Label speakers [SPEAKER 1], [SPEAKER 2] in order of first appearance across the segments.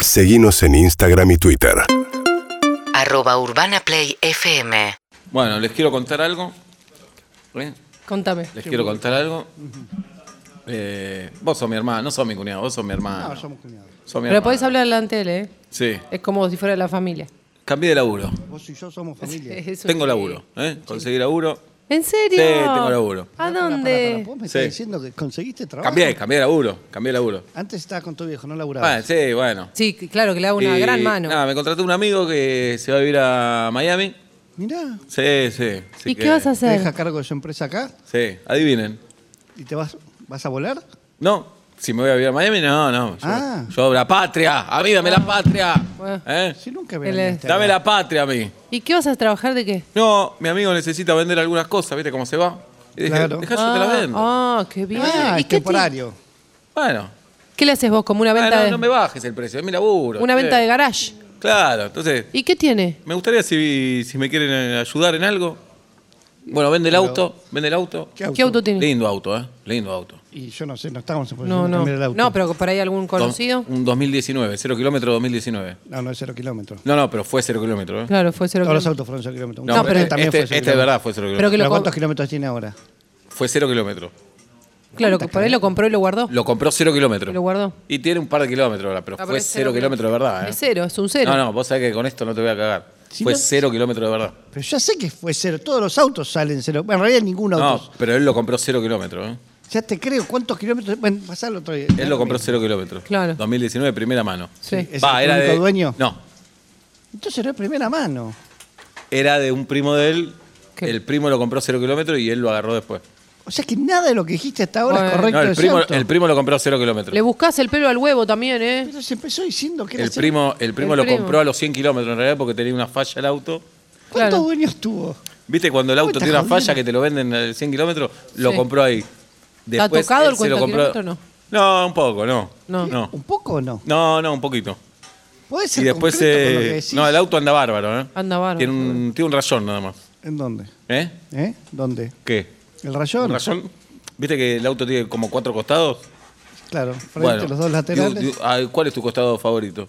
[SPEAKER 1] Seguimos en Instagram y Twitter.
[SPEAKER 2] Arroba Urbana Play FM.
[SPEAKER 3] Bueno, les quiero contar algo. ¿Eh?
[SPEAKER 4] Contame.
[SPEAKER 3] Les quiero contar algo. Eh, vos sos mi hermano, no sos mi cuñado, vos sos mi hermano.
[SPEAKER 5] No, Ah, somos cuñados.
[SPEAKER 3] Sos mi
[SPEAKER 4] Pero
[SPEAKER 3] hermano.
[SPEAKER 4] podés hablar delante de él, ¿eh?
[SPEAKER 3] Sí.
[SPEAKER 4] Es como si fuera de la familia.
[SPEAKER 3] Cambié de laburo.
[SPEAKER 5] Vos y yo somos familia.
[SPEAKER 4] Es un-
[SPEAKER 3] Tengo laburo, ¿eh? Conseguí laburo.
[SPEAKER 4] ¿En serio?
[SPEAKER 3] Sí, tengo laburo.
[SPEAKER 4] ¿A
[SPEAKER 5] Pará, pará,
[SPEAKER 4] dónde?
[SPEAKER 5] pará, Vos me
[SPEAKER 3] Sí.
[SPEAKER 5] estás diciendo que conseguiste trabajo.
[SPEAKER 3] Cambié, cambié de laburo, cambié de laburo.
[SPEAKER 5] Antes estaba con tu viejo, no
[SPEAKER 3] Ah,
[SPEAKER 5] laburabas.
[SPEAKER 3] sí, bueno.
[SPEAKER 4] Sí, claro, que le hago una
[SPEAKER 3] Y,
[SPEAKER 4] gran mano.
[SPEAKER 3] Nada, me contrató un amigo que se va a vivir a Miami.
[SPEAKER 5] Mirá,
[SPEAKER 3] Sí, sí. así
[SPEAKER 4] ¿Y
[SPEAKER 3] que-
[SPEAKER 4] qué vas a
[SPEAKER 5] te deja a
[SPEAKER 4] hacer?
[SPEAKER 5] cargo de su empresa acá
[SPEAKER 3] Sí, adivinen.
[SPEAKER 5] y te vas, vas a volar.
[SPEAKER 3] No, si me voy a vivir a Miami, no, no. Yo,
[SPEAKER 5] Ah.
[SPEAKER 3] yo la patria, a mí dame la patria.
[SPEAKER 4] Bueno.
[SPEAKER 3] ¿eh?
[SPEAKER 5] Si nunca
[SPEAKER 4] Él es-
[SPEAKER 5] veraneaste
[SPEAKER 3] Dame
[SPEAKER 5] acá.
[SPEAKER 3] la patria a mí.
[SPEAKER 4] ¿Y qué vas a trabajar de qué?
[SPEAKER 3] No, mi amigo necesita vender algunas cosas, ¿viste cómo se va? Y dije,
[SPEAKER 5] Claro.
[SPEAKER 3] dejá, yo te las vendo.
[SPEAKER 4] Ah, qué bien.
[SPEAKER 5] Ah,
[SPEAKER 4] ¿Y
[SPEAKER 5] es
[SPEAKER 4] qué, te-
[SPEAKER 5] temporario.
[SPEAKER 3] Bueno,
[SPEAKER 4] qué le haces vos? ¿Como una
[SPEAKER 3] ah,
[SPEAKER 4] venta,
[SPEAKER 3] no,
[SPEAKER 4] de,
[SPEAKER 3] no me bajes el precio, es mi laburo.
[SPEAKER 4] una
[SPEAKER 3] che.
[SPEAKER 4] venta de garage?
[SPEAKER 3] Claro, entonces,
[SPEAKER 4] ¿Y qué tiene?
[SPEAKER 3] me gustaría si, si me quieren eh, ayudar en algo. Bueno, vende el auto, vende el auto.
[SPEAKER 5] ¿Qué auto?
[SPEAKER 4] ¿Qué auto tiene?
[SPEAKER 3] Lindo auto, ¿eh? Lindo auto.
[SPEAKER 5] Y Pues yo no sé, no estamos en posición
[SPEAKER 4] No,
[SPEAKER 5] de
[SPEAKER 4] no.
[SPEAKER 5] cambiar el auto.
[SPEAKER 4] No, pero por ahí algún conocido.
[SPEAKER 3] Dos- Un 2019, 0 kilómetro 2019.
[SPEAKER 5] No, no es cero kilómetros.
[SPEAKER 3] No, no, pero fue 0 kilómetro, ¿eh?
[SPEAKER 4] Claro, fue cero.
[SPEAKER 5] Todos los
[SPEAKER 4] kilómetros.
[SPEAKER 5] autos fueron cero kilómetros.
[SPEAKER 3] No,
[SPEAKER 4] No,
[SPEAKER 3] pero
[SPEAKER 4] pero-
[SPEAKER 3] este, este,
[SPEAKER 5] cero
[SPEAKER 3] de
[SPEAKER 5] kilómetros.
[SPEAKER 3] verdad fue 0
[SPEAKER 4] Pero
[SPEAKER 3] kilómetros.
[SPEAKER 4] que lo
[SPEAKER 5] ¿Pero
[SPEAKER 4] co-
[SPEAKER 5] ¿Cuántos kilómetros tiene ahora?
[SPEAKER 3] Fue 0 kilómetros.
[SPEAKER 4] Claro, que por ahí lo compró y lo guardó.
[SPEAKER 3] Lo compró 0 kilómetros.
[SPEAKER 4] Y lo guardó.
[SPEAKER 3] Y tiene un par de kilómetros ahora, pero
[SPEAKER 4] Ah, pero
[SPEAKER 3] fue
[SPEAKER 4] es
[SPEAKER 3] 0
[SPEAKER 4] cero
[SPEAKER 3] kilómetros de verdad, ¿eh?
[SPEAKER 4] Es cero, es un cero.
[SPEAKER 3] No, no, vos sabés que con esto no te voy a cagar.
[SPEAKER 5] Si
[SPEAKER 3] fue
[SPEAKER 5] no-
[SPEAKER 3] 0 kilómetros de verdad.
[SPEAKER 5] Pero ya sé que fue cero. Todos los autos salen cero. Bueno, en realidad ninguno auto.
[SPEAKER 3] No, pero él lo compró 0 kilómetros, ¿eh?
[SPEAKER 5] Ya te creo cuántos kilómetros. Bueno, pasalo otro día.
[SPEAKER 3] Él lo compró 0 kilómetros.
[SPEAKER 4] Claro.
[SPEAKER 3] 2019, primera mano.
[SPEAKER 4] Sí.
[SPEAKER 5] ¿Es el único dueño?
[SPEAKER 3] No,
[SPEAKER 5] Entonces era de primera mano.
[SPEAKER 3] era de un primo de él.
[SPEAKER 4] ¿Qué?
[SPEAKER 3] El primo lo compró 0 kilómetros y él lo agarró después.
[SPEAKER 5] O sea que nada de lo que dijiste hasta ahora es
[SPEAKER 4] Bueno.
[SPEAKER 3] No,
[SPEAKER 5] correcto. de
[SPEAKER 3] el
[SPEAKER 5] ese
[SPEAKER 3] primo,
[SPEAKER 5] auto.
[SPEAKER 3] el primo lo compró 0 kilómetros.
[SPEAKER 4] Le buscás el pelo al huevo también, ¿eh?
[SPEAKER 5] Pero se empezó diciendo que era
[SPEAKER 3] El
[SPEAKER 5] cero.
[SPEAKER 3] primo, el primo
[SPEAKER 4] El
[SPEAKER 3] lo
[SPEAKER 4] primo.
[SPEAKER 3] compró a los 100 kilómetros en realidad porque tenía una falla el auto.
[SPEAKER 5] ¿Cuántos
[SPEAKER 4] Claro.
[SPEAKER 5] dueños tuvo?
[SPEAKER 3] ¿Viste cuando el auto
[SPEAKER 5] estás
[SPEAKER 3] tiene una
[SPEAKER 5] jodiendo.
[SPEAKER 3] falla que te lo venden a 100 kilómetros? Lo
[SPEAKER 4] Sí.
[SPEAKER 3] compró ahí.
[SPEAKER 4] ¿Está
[SPEAKER 3] Después
[SPEAKER 4] tocado
[SPEAKER 3] él
[SPEAKER 4] el
[SPEAKER 3] se lo
[SPEAKER 4] cuenta
[SPEAKER 3] compró-
[SPEAKER 4] kilómetros o no?
[SPEAKER 3] No, un poco, no. No,
[SPEAKER 4] No.
[SPEAKER 3] no,
[SPEAKER 5] ¿Un poco o no?
[SPEAKER 3] no, un poquito.
[SPEAKER 5] ¿Puede ser
[SPEAKER 3] Y después.
[SPEAKER 5] concreto con lo
[SPEAKER 3] eh,
[SPEAKER 5] que decís?
[SPEAKER 3] no, el auto anda bárbaro, ¿eh?
[SPEAKER 4] Anda bárbaro.
[SPEAKER 3] Tiene un, tiene un rayón nada más.
[SPEAKER 5] ¿En dónde?
[SPEAKER 3] ¿Eh?
[SPEAKER 5] ¿Eh? ¿Dónde?
[SPEAKER 3] ¿Qué?
[SPEAKER 5] ¿El
[SPEAKER 3] ¿Un
[SPEAKER 5] rayón?
[SPEAKER 3] rayón? ¿Viste que el auto tiene como cuatro costados?
[SPEAKER 5] Claro, frente los dos laterales.
[SPEAKER 3] diu- diu- ah, ¿Cuál es tu costado favorito?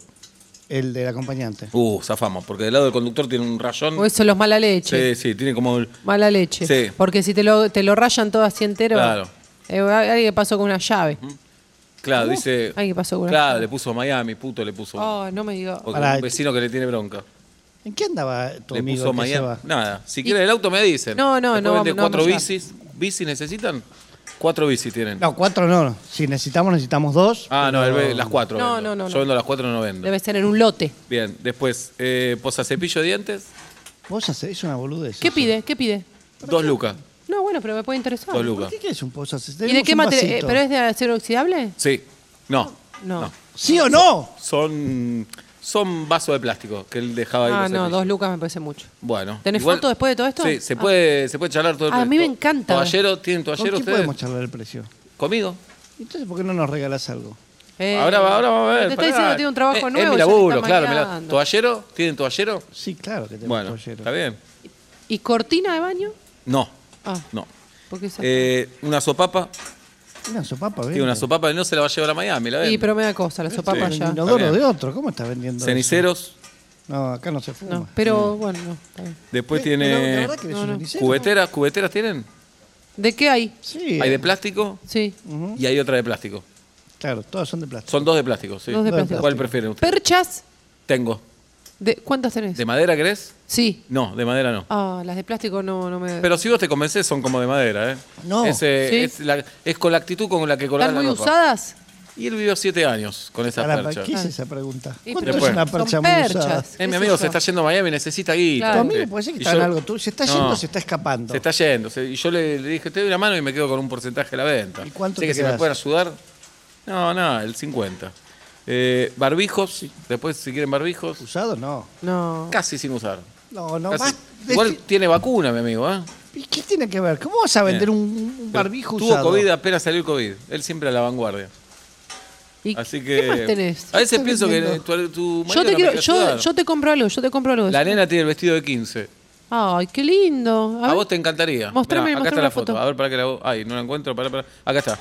[SPEAKER 5] El del acompañante.
[SPEAKER 3] Uh, zafamos, porque del lado del conductor tiene un rayón.
[SPEAKER 5] Pues
[SPEAKER 4] O eso, los mala leche.
[SPEAKER 3] Sí, sí, tiene como. el-
[SPEAKER 4] Mala leche.
[SPEAKER 3] Sí.
[SPEAKER 4] Porque si te lo, te lo rayan todo así entero.
[SPEAKER 3] Claro.
[SPEAKER 4] eh, alguien pasó con una llave.
[SPEAKER 3] Claro,
[SPEAKER 5] Uh,
[SPEAKER 3] dice.
[SPEAKER 4] Ay, ¿qué pasó con la-
[SPEAKER 3] Claro, le puso Miami, puto, le puso.
[SPEAKER 4] Oh, no me digas.
[SPEAKER 3] Porque
[SPEAKER 5] Pará.
[SPEAKER 3] un vecino que le tiene bronca.
[SPEAKER 5] ¿En qué andaba tu
[SPEAKER 3] Le
[SPEAKER 5] amigo
[SPEAKER 3] puso
[SPEAKER 5] el que se
[SPEAKER 3] Miami.
[SPEAKER 5] va?
[SPEAKER 3] Nada. Si quieren el auto me dicen.
[SPEAKER 4] No, no,
[SPEAKER 3] Después
[SPEAKER 4] no
[SPEAKER 3] vende
[SPEAKER 4] vamos- no
[SPEAKER 3] cuatro
[SPEAKER 4] vamos a-
[SPEAKER 3] bicis. ¿Bicis necesitan? Cuatro bicis tienen.
[SPEAKER 5] No, cuatro no. Si necesitamos, necesitamos dos.
[SPEAKER 3] ah, no,
[SPEAKER 5] pero-
[SPEAKER 3] él ve- las cuatro.
[SPEAKER 4] No,
[SPEAKER 3] vendo.
[SPEAKER 4] no, no,
[SPEAKER 3] Yo
[SPEAKER 4] no.
[SPEAKER 3] vendo las cuatro, no vendo.
[SPEAKER 4] Debe ser en un lote.
[SPEAKER 3] Bien, después, eh, posa cepillo de dientes,
[SPEAKER 5] Vos hacés una boludez.
[SPEAKER 4] ¿Qué
[SPEAKER 5] eso.
[SPEAKER 4] pide? ¿Qué pide?
[SPEAKER 3] dos lucas.
[SPEAKER 4] No, bueno, pero me puede interesar.
[SPEAKER 3] Dos
[SPEAKER 5] ¿Por
[SPEAKER 3] lucas.
[SPEAKER 5] qué quieres un pozo? Si
[SPEAKER 4] ¿Y de
[SPEAKER 5] tenemos
[SPEAKER 4] qué
[SPEAKER 5] un
[SPEAKER 4] material?
[SPEAKER 5] vasito.
[SPEAKER 4] ¿Pero es de acero oxidable?
[SPEAKER 3] Sí. No.
[SPEAKER 4] No.
[SPEAKER 5] ¿Sí o no?
[SPEAKER 3] Son, son vasos de plástico que él dejaba ahí.
[SPEAKER 4] Ah,
[SPEAKER 3] los
[SPEAKER 4] no,
[SPEAKER 3] cepillos.
[SPEAKER 4] dos lucas me parece mucho.
[SPEAKER 3] Bueno.
[SPEAKER 4] ¿Tenés
[SPEAKER 3] igual-
[SPEAKER 4] foto después de todo esto?
[SPEAKER 3] Sí, se
[SPEAKER 4] Ah.
[SPEAKER 3] puede, se puede charlar todo el
[SPEAKER 4] Ah, a mí me
[SPEAKER 3] resto.
[SPEAKER 4] encanta.
[SPEAKER 3] Toallero, ¿tienen
[SPEAKER 5] ¿Con
[SPEAKER 3] toallero
[SPEAKER 5] quién
[SPEAKER 3] ustedes?
[SPEAKER 5] podemos charlar el precio?
[SPEAKER 3] ¿Conmigo?
[SPEAKER 5] Entonces, ¿por qué no nos regalás algo?
[SPEAKER 4] Eh,
[SPEAKER 3] ahora, va- ahora vamos a ver.
[SPEAKER 4] Te está
[SPEAKER 3] pará. Eh,
[SPEAKER 4] diciendo que tiene un trabajo
[SPEAKER 3] Es-
[SPEAKER 4] nuevo.
[SPEAKER 3] Es mi
[SPEAKER 4] ya le
[SPEAKER 3] laburo,
[SPEAKER 4] está
[SPEAKER 3] claro. me la-
[SPEAKER 4] mangueando.
[SPEAKER 3] ¿Toallero? ¿Tienen toallero?
[SPEAKER 5] Sí, claro que tenemos
[SPEAKER 3] Bueno,
[SPEAKER 5] toallero.
[SPEAKER 3] está bien.
[SPEAKER 4] ¿Y cortina de baño?
[SPEAKER 3] No,
[SPEAKER 4] Ah,
[SPEAKER 3] no.
[SPEAKER 4] porque esa-
[SPEAKER 3] Eh, una sopapa,
[SPEAKER 5] Una sopapa, ¿ves?
[SPEAKER 3] tiene una sopapa y no se la va a llevar a Miami, la
[SPEAKER 4] y
[SPEAKER 3] vende.
[SPEAKER 4] pero me da cosa, la sopa para
[SPEAKER 5] Un
[SPEAKER 4] allá. No,
[SPEAKER 3] Está
[SPEAKER 5] inodoro
[SPEAKER 3] bien.
[SPEAKER 5] de otro. ¿Cómo estás vendiendo
[SPEAKER 3] Ceniceros,
[SPEAKER 5] eso? No, acá no se fuma.
[SPEAKER 3] Mm.
[SPEAKER 4] pero bueno, no. está bien.
[SPEAKER 3] después
[SPEAKER 5] Eh, pero la
[SPEAKER 3] tiene
[SPEAKER 5] verdad que eres un cenicero.
[SPEAKER 3] cubeteras, cubeteras tienen.
[SPEAKER 4] ¿De qué hay?
[SPEAKER 5] Sí,
[SPEAKER 3] Hay de plástico
[SPEAKER 4] Sí.
[SPEAKER 3] y hay otra de plástico.
[SPEAKER 5] claro, todas son de plástico.
[SPEAKER 3] Son dos de plástico, sí.
[SPEAKER 4] Dos de plástico.
[SPEAKER 3] ¿Cuál prefieren ustedes?
[SPEAKER 4] Perchas,
[SPEAKER 3] Tengo.
[SPEAKER 4] de, ¿cuántas tenés?
[SPEAKER 3] ¿De madera querés?
[SPEAKER 4] Sí.
[SPEAKER 3] No, de madera no.
[SPEAKER 4] Ah, las de plástico no, no me.
[SPEAKER 3] Pero si vos te convencés, son como de madera, ¿eh?
[SPEAKER 5] No.
[SPEAKER 3] Es, eh,
[SPEAKER 4] Sí.
[SPEAKER 3] es, la- es con la actitud con la que colgás
[SPEAKER 4] ¿Están
[SPEAKER 3] la
[SPEAKER 4] muy
[SPEAKER 3] ropa.
[SPEAKER 4] usadas?
[SPEAKER 3] Y él vivió siete años con esa
[SPEAKER 5] Pará,
[SPEAKER 3] percha.
[SPEAKER 5] ¿Qué es esa pregunta?
[SPEAKER 4] Ah. Y
[SPEAKER 5] ¿Cuánto
[SPEAKER 4] pero
[SPEAKER 5] es una
[SPEAKER 3] son
[SPEAKER 5] percha
[SPEAKER 4] Son
[SPEAKER 5] muy usada?
[SPEAKER 4] perchas.
[SPEAKER 3] Eh, mi
[SPEAKER 4] ¿Qué
[SPEAKER 3] amigo
[SPEAKER 4] es
[SPEAKER 3] se
[SPEAKER 4] eso?
[SPEAKER 3] está yendo a Miami, necesita guita.
[SPEAKER 4] Claro.
[SPEAKER 5] Tu amigo
[SPEAKER 3] Sí.
[SPEAKER 5] puede ser que
[SPEAKER 3] Y
[SPEAKER 5] está
[SPEAKER 3] yo-
[SPEAKER 5] en algo. Tú se está
[SPEAKER 3] No.
[SPEAKER 5] yendo, se está escapando.
[SPEAKER 3] Se está yendo. se- Y yo le, le dije, te doy una mano y me quedo con un porcentaje de la venta.
[SPEAKER 5] ¿Y cuánto
[SPEAKER 3] Sé
[SPEAKER 5] te
[SPEAKER 3] que si me
[SPEAKER 5] quedás?
[SPEAKER 3] pueden ayudar? No, no, el 50. Eh, barbijos, después si quieren barbijos,
[SPEAKER 5] ¿Usado? No.
[SPEAKER 4] No.
[SPEAKER 3] casi sin usar.
[SPEAKER 5] No, no.
[SPEAKER 3] Casi.
[SPEAKER 5] vas-
[SPEAKER 3] Igual
[SPEAKER 5] decí-
[SPEAKER 3] tiene vacuna, mi amigo. ¿eh?
[SPEAKER 5] ¿Y ¿Qué tiene que ver? ¿Cómo vas a vender
[SPEAKER 3] Bien.
[SPEAKER 5] un, un barbijo
[SPEAKER 3] Tuvo
[SPEAKER 5] usado?
[SPEAKER 3] COVID apenas salió el COVID. Él siempre a la vanguardia.
[SPEAKER 4] ¿Y
[SPEAKER 3] Así que.
[SPEAKER 4] ¿Qué más tenés?
[SPEAKER 3] A veces
[SPEAKER 5] estás
[SPEAKER 3] pienso que
[SPEAKER 5] vendiendo?
[SPEAKER 3] tu, tu marido
[SPEAKER 4] Yo te
[SPEAKER 3] no me
[SPEAKER 4] quiero,
[SPEAKER 3] quiere
[SPEAKER 4] yo,
[SPEAKER 3] ayudar.
[SPEAKER 4] yo te compro algo, yo te compro algo.
[SPEAKER 3] La nena tiene el vestido de 15.
[SPEAKER 4] Ay, qué lindo.
[SPEAKER 3] A
[SPEAKER 4] ver.
[SPEAKER 3] vos te encantaría.
[SPEAKER 4] Mostrame,
[SPEAKER 3] Mirá, acá
[SPEAKER 4] mostrame
[SPEAKER 3] está
[SPEAKER 4] la
[SPEAKER 3] la foto.
[SPEAKER 4] foto.
[SPEAKER 3] A ver, para que la. Ay, no la encuentro. Para, para. Acá está.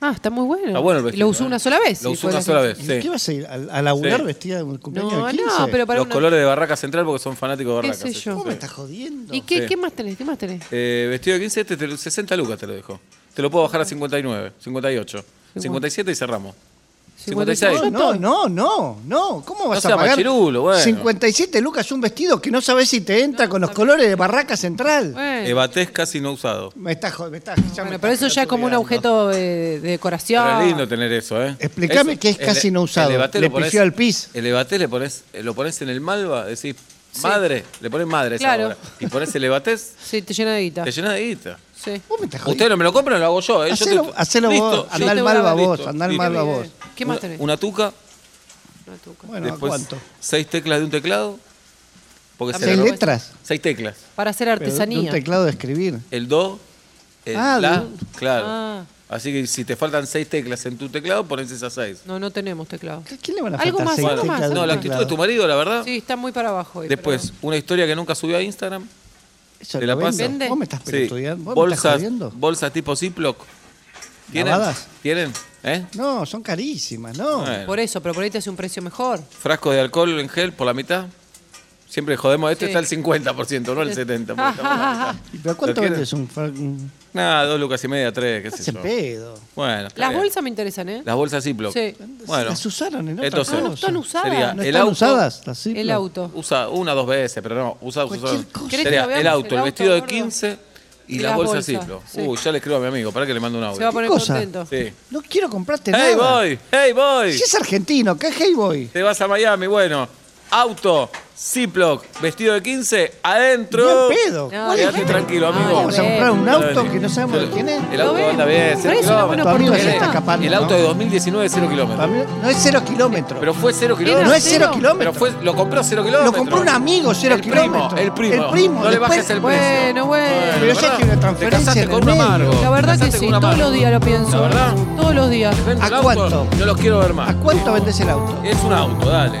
[SPEAKER 4] Ah, está muy bueno.
[SPEAKER 3] Está bueno el
[SPEAKER 4] ¿Y
[SPEAKER 3] vestido,
[SPEAKER 4] ¿Lo usó
[SPEAKER 3] ¿eh?
[SPEAKER 4] una sola vez?
[SPEAKER 3] Lo
[SPEAKER 4] y
[SPEAKER 3] usó
[SPEAKER 4] fue
[SPEAKER 3] una
[SPEAKER 4] la
[SPEAKER 3] sola
[SPEAKER 4] que-
[SPEAKER 3] vez, sí.
[SPEAKER 5] ¿Qué vas a ir? ¿A, a laburar
[SPEAKER 3] Sí.
[SPEAKER 5] vestida en el cumpleaños
[SPEAKER 4] No,
[SPEAKER 5] de 15?
[SPEAKER 4] no, pero para
[SPEAKER 3] Los
[SPEAKER 4] una-
[SPEAKER 3] colores de Barraca Central porque son fanáticos de
[SPEAKER 4] ¿Qué
[SPEAKER 3] Barracas.
[SPEAKER 4] sé
[SPEAKER 3] ellos,
[SPEAKER 4] yo?
[SPEAKER 5] ¿Vos
[SPEAKER 3] sí.
[SPEAKER 5] me estás jodiendo?
[SPEAKER 4] ¿Y qué,
[SPEAKER 3] Sí.
[SPEAKER 4] qué más tenés? ¿Qué más tenés?
[SPEAKER 3] Eh, vestido de 15, este te lo- 60 lucas te lo dejo. Te lo puedo bajar a 59, 58, 57 y cerramos. 56.
[SPEAKER 5] No, no, no, no, no. ¿Cómo vas
[SPEAKER 3] sea
[SPEAKER 5] a pagar
[SPEAKER 3] machirulo, bueno.
[SPEAKER 5] 57 lucas un vestido que no sabes si te entra con los colores de Barraca Central?
[SPEAKER 4] Bueno,
[SPEAKER 3] Ebatés casi no usado.
[SPEAKER 5] Me estás jod- me estás- ya me
[SPEAKER 4] bueno,
[SPEAKER 5] estás
[SPEAKER 4] pero eso ya es como un
[SPEAKER 5] tatuando.
[SPEAKER 4] objeto de, de decoración.
[SPEAKER 3] Pero es lindo tener eso, ¿eh?
[SPEAKER 5] Explicame qué es casi no usado.
[SPEAKER 3] ebaté
[SPEAKER 5] Le
[SPEAKER 3] lo ponés-
[SPEAKER 5] pifió al pis.
[SPEAKER 3] El ebaté le pones, eh, lo pones en el malva, decís, madre, le pones madre esa
[SPEAKER 4] Claro.
[SPEAKER 3] obra. Y pones el ebatés,
[SPEAKER 4] Sí, te llena de guita.
[SPEAKER 3] te llenas de guita.
[SPEAKER 4] Sí.
[SPEAKER 5] Vos me estás jodiendo.
[SPEAKER 3] Usted no me lo compran, lo hago yo. ¿eh? Yo
[SPEAKER 5] Hacelo,
[SPEAKER 3] te-
[SPEAKER 5] hacelo
[SPEAKER 3] Listo,
[SPEAKER 5] vos,
[SPEAKER 3] yo
[SPEAKER 5] andá
[SPEAKER 4] te
[SPEAKER 5] al
[SPEAKER 4] voy a
[SPEAKER 5] malva
[SPEAKER 4] dar,
[SPEAKER 5] vos,
[SPEAKER 3] listo.
[SPEAKER 5] andá al
[SPEAKER 3] Listo.
[SPEAKER 5] malva
[SPEAKER 4] Bien.
[SPEAKER 5] vos.
[SPEAKER 4] ¿Qué más
[SPEAKER 3] una-
[SPEAKER 4] tenés?
[SPEAKER 3] Una tuca,
[SPEAKER 4] No, tuca.
[SPEAKER 5] Bueno, ¿a
[SPEAKER 3] después
[SPEAKER 5] ¿cuánto? Ah,
[SPEAKER 3] seis teclas de un teclado. Porque se
[SPEAKER 5] ¿Seis
[SPEAKER 3] le robó-
[SPEAKER 5] letras?
[SPEAKER 3] Seis teclas.
[SPEAKER 4] Para hacer
[SPEAKER 5] Pero de un
[SPEAKER 4] artesanía.
[SPEAKER 5] teclado de escribir.
[SPEAKER 3] El do, el
[SPEAKER 5] Ah,
[SPEAKER 3] la,
[SPEAKER 5] de-
[SPEAKER 3] claro.
[SPEAKER 4] Ah.
[SPEAKER 3] Así que si te faltan seis teclas en tu teclado, pones esas seis.
[SPEAKER 4] No, no tenemos teclado.
[SPEAKER 5] ¿A quién le van a
[SPEAKER 4] Algo
[SPEAKER 5] faltar
[SPEAKER 4] más,
[SPEAKER 5] seis
[SPEAKER 4] algo
[SPEAKER 5] teclas
[SPEAKER 4] más,
[SPEAKER 5] de
[SPEAKER 3] No,
[SPEAKER 5] un
[SPEAKER 3] la
[SPEAKER 4] algo
[SPEAKER 3] actitud
[SPEAKER 5] teclado?
[SPEAKER 3] de tu marido, la verdad.
[SPEAKER 4] Sí, está muy para abajo. hoy,
[SPEAKER 3] Después, una historia que nunca subió a Instagram.
[SPEAKER 5] Eso
[SPEAKER 3] ¿Te
[SPEAKER 5] lo
[SPEAKER 3] la paso?
[SPEAKER 5] vendo. ¿Vos me estás
[SPEAKER 3] Sí.
[SPEAKER 5] pelotudeando? ¿Vos me estás
[SPEAKER 3] Bolsas,
[SPEAKER 5] jodiendo?
[SPEAKER 3] bolsas tipo Ziploc. ¿Tienen?
[SPEAKER 5] ¿Lavadas?
[SPEAKER 3] ¿Tienen? ¿Eh?
[SPEAKER 5] No, son carísimas, no.
[SPEAKER 3] Bueno.
[SPEAKER 4] pero- Por eso, pero por ahí te hace un precio mejor.
[SPEAKER 3] Frasco de alcohol en gel por la mitad. Siempre jodemos, este
[SPEAKER 4] Sí.
[SPEAKER 3] está al 50%, no al 70%. porque estamos a la mitad.
[SPEAKER 5] ¿Y ¿Pero cuánto
[SPEAKER 3] ¿Lo quieren?
[SPEAKER 5] vendes un fra- un...
[SPEAKER 3] Nada, dos lucas y media, tres, qué sé
[SPEAKER 5] Hacen
[SPEAKER 3] yo.
[SPEAKER 5] pedo.
[SPEAKER 3] Bueno, está
[SPEAKER 4] Las
[SPEAKER 3] bien.
[SPEAKER 4] bolsas me interesan, ¿eh?
[SPEAKER 3] Las bolsas Ziploc.
[SPEAKER 4] Sí.
[SPEAKER 3] Bueno,
[SPEAKER 5] Las usaron en otra
[SPEAKER 3] entonces,
[SPEAKER 4] Ah, no están usadas.
[SPEAKER 3] sería
[SPEAKER 5] ¿No
[SPEAKER 3] el
[SPEAKER 5] están
[SPEAKER 3] auto,
[SPEAKER 5] usadas las Ziploc?
[SPEAKER 4] El auto.
[SPEAKER 3] Usa una o dos veces, pero no, usa, usa
[SPEAKER 5] Cualquier cosa.
[SPEAKER 4] ¿Querés que
[SPEAKER 3] Sería
[SPEAKER 4] lo veamos?
[SPEAKER 3] el auto, el,
[SPEAKER 4] El auto,
[SPEAKER 3] vestido de
[SPEAKER 4] gordo.
[SPEAKER 3] 15 y,
[SPEAKER 4] Y
[SPEAKER 3] la
[SPEAKER 4] las
[SPEAKER 3] bolsa
[SPEAKER 4] bolsas,
[SPEAKER 3] Ziploc.
[SPEAKER 4] sí.
[SPEAKER 3] Uy, ya le escribo a mi amigo, para que le mande un audio.
[SPEAKER 4] Se va a poner
[SPEAKER 5] cosa?
[SPEAKER 4] contento.
[SPEAKER 3] Uh, Sí.
[SPEAKER 5] No quiero comprarte
[SPEAKER 3] ¡Hey,
[SPEAKER 5] nada.
[SPEAKER 3] boy! ¡Hey, boy!
[SPEAKER 5] Si es argentino, ¿qué es Hey Boy?
[SPEAKER 3] Te vas a Miami, bueno. Auto, Ziploc, vestido de 15, adentro.
[SPEAKER 5] Ni en pedo.
[SPEAKER 4] No,
[SPEAKER 5] ¿Cuál es?
[SPEAKER 3] Quédate tranquilo, amigo.
[SPEAKER 4] Ay,
[SPEAKER 5] Vamos a comprar un
[SPEAKER 3] Bueno,
[SPEAKER 5] auto
[SPEAKER 3] sí.
[SPEAKER 5] que no sabemos de quién es.
[SPEAKER 3] El auto
[SPEAKER 4] Lo
[SPEAKER 3] anda
[SPEAKER 4] ven.
[SPEAKER 3] bien, cero
[SPEAKER 4] Pero es una
[SPEAKER 3] kilómetros.
[SPEAKER 4] buena
[SPEAKER 5] Tu amigo se está
[SPEAKER 4] oportunidad.
[SPEAKER 5] escapando.
[SPEAKER 3] El
[SPEAKER 5] ¿no?
[SPEAKER 3] auto de 2019, 0
[SPEAKER 5] Para
[SPEAKER 3] kilómetros.
[SPEAKER 5] mí No es cero kilómetros.
[SPEAKER 3] Pero fue 0 kilómetros.
[SPEAKER 5] no es cero
[SPEAKER 4] cero.
[SPEAKER 3] Pero
[SPEAKER 5] kilómetros.
[SPEAKER 3] fue, lo compró 0 kilómetros.
[SPEAKER 5] Lo compró un amigo cero
[SPEAKER 3] el
[SPEAKER 5] kilómetros.
[SPEAKER 3] Primo, el primo.
[SPEAKER 5] El primo,
[SPEAKER 3] No le
[SPEAKER 5] después-
[SPEAKER 3] bajes el precio.
[SPEAKER 4] Bueno, bueno.
[SPEAKER 5] Pero ya
[SPEAKER 3] ¿verdad?
[SPEAKER 5] tiene una
[SPEAKER 3] Te
[SPEAKER 5] transferencia
[SPEAKER 3] casaste
[SPEAKER 5] en el
[SPEAKER 3] con un
[SPEAKER 5] medio.
[SPEAKER 3] amargo.
[SPEAKER 4] La verdad que
[SPEAKER 3] Casaste
[SPEAKER 4] sí,
[SPEAKER 3] con un
[SPEAKER 4] todos
[SPEAKER 3] amargo.
[SPEAKER 4] los días lo pienso.
[SPEAKER 3] La verdad.
[SPEAKER 4] Todos los días.
[SPEAKER 3] Vendo
[SPEAKER 5] ¿A
[SPEAKER 3] el auto,
[SPEAKER 5] cuánto?
[SPEAKER 3] No los quiero ver más.
[SPEAKER 5] ¿A cuánto vendés el auto?
[SPEAKER 3] Es un auto, dale.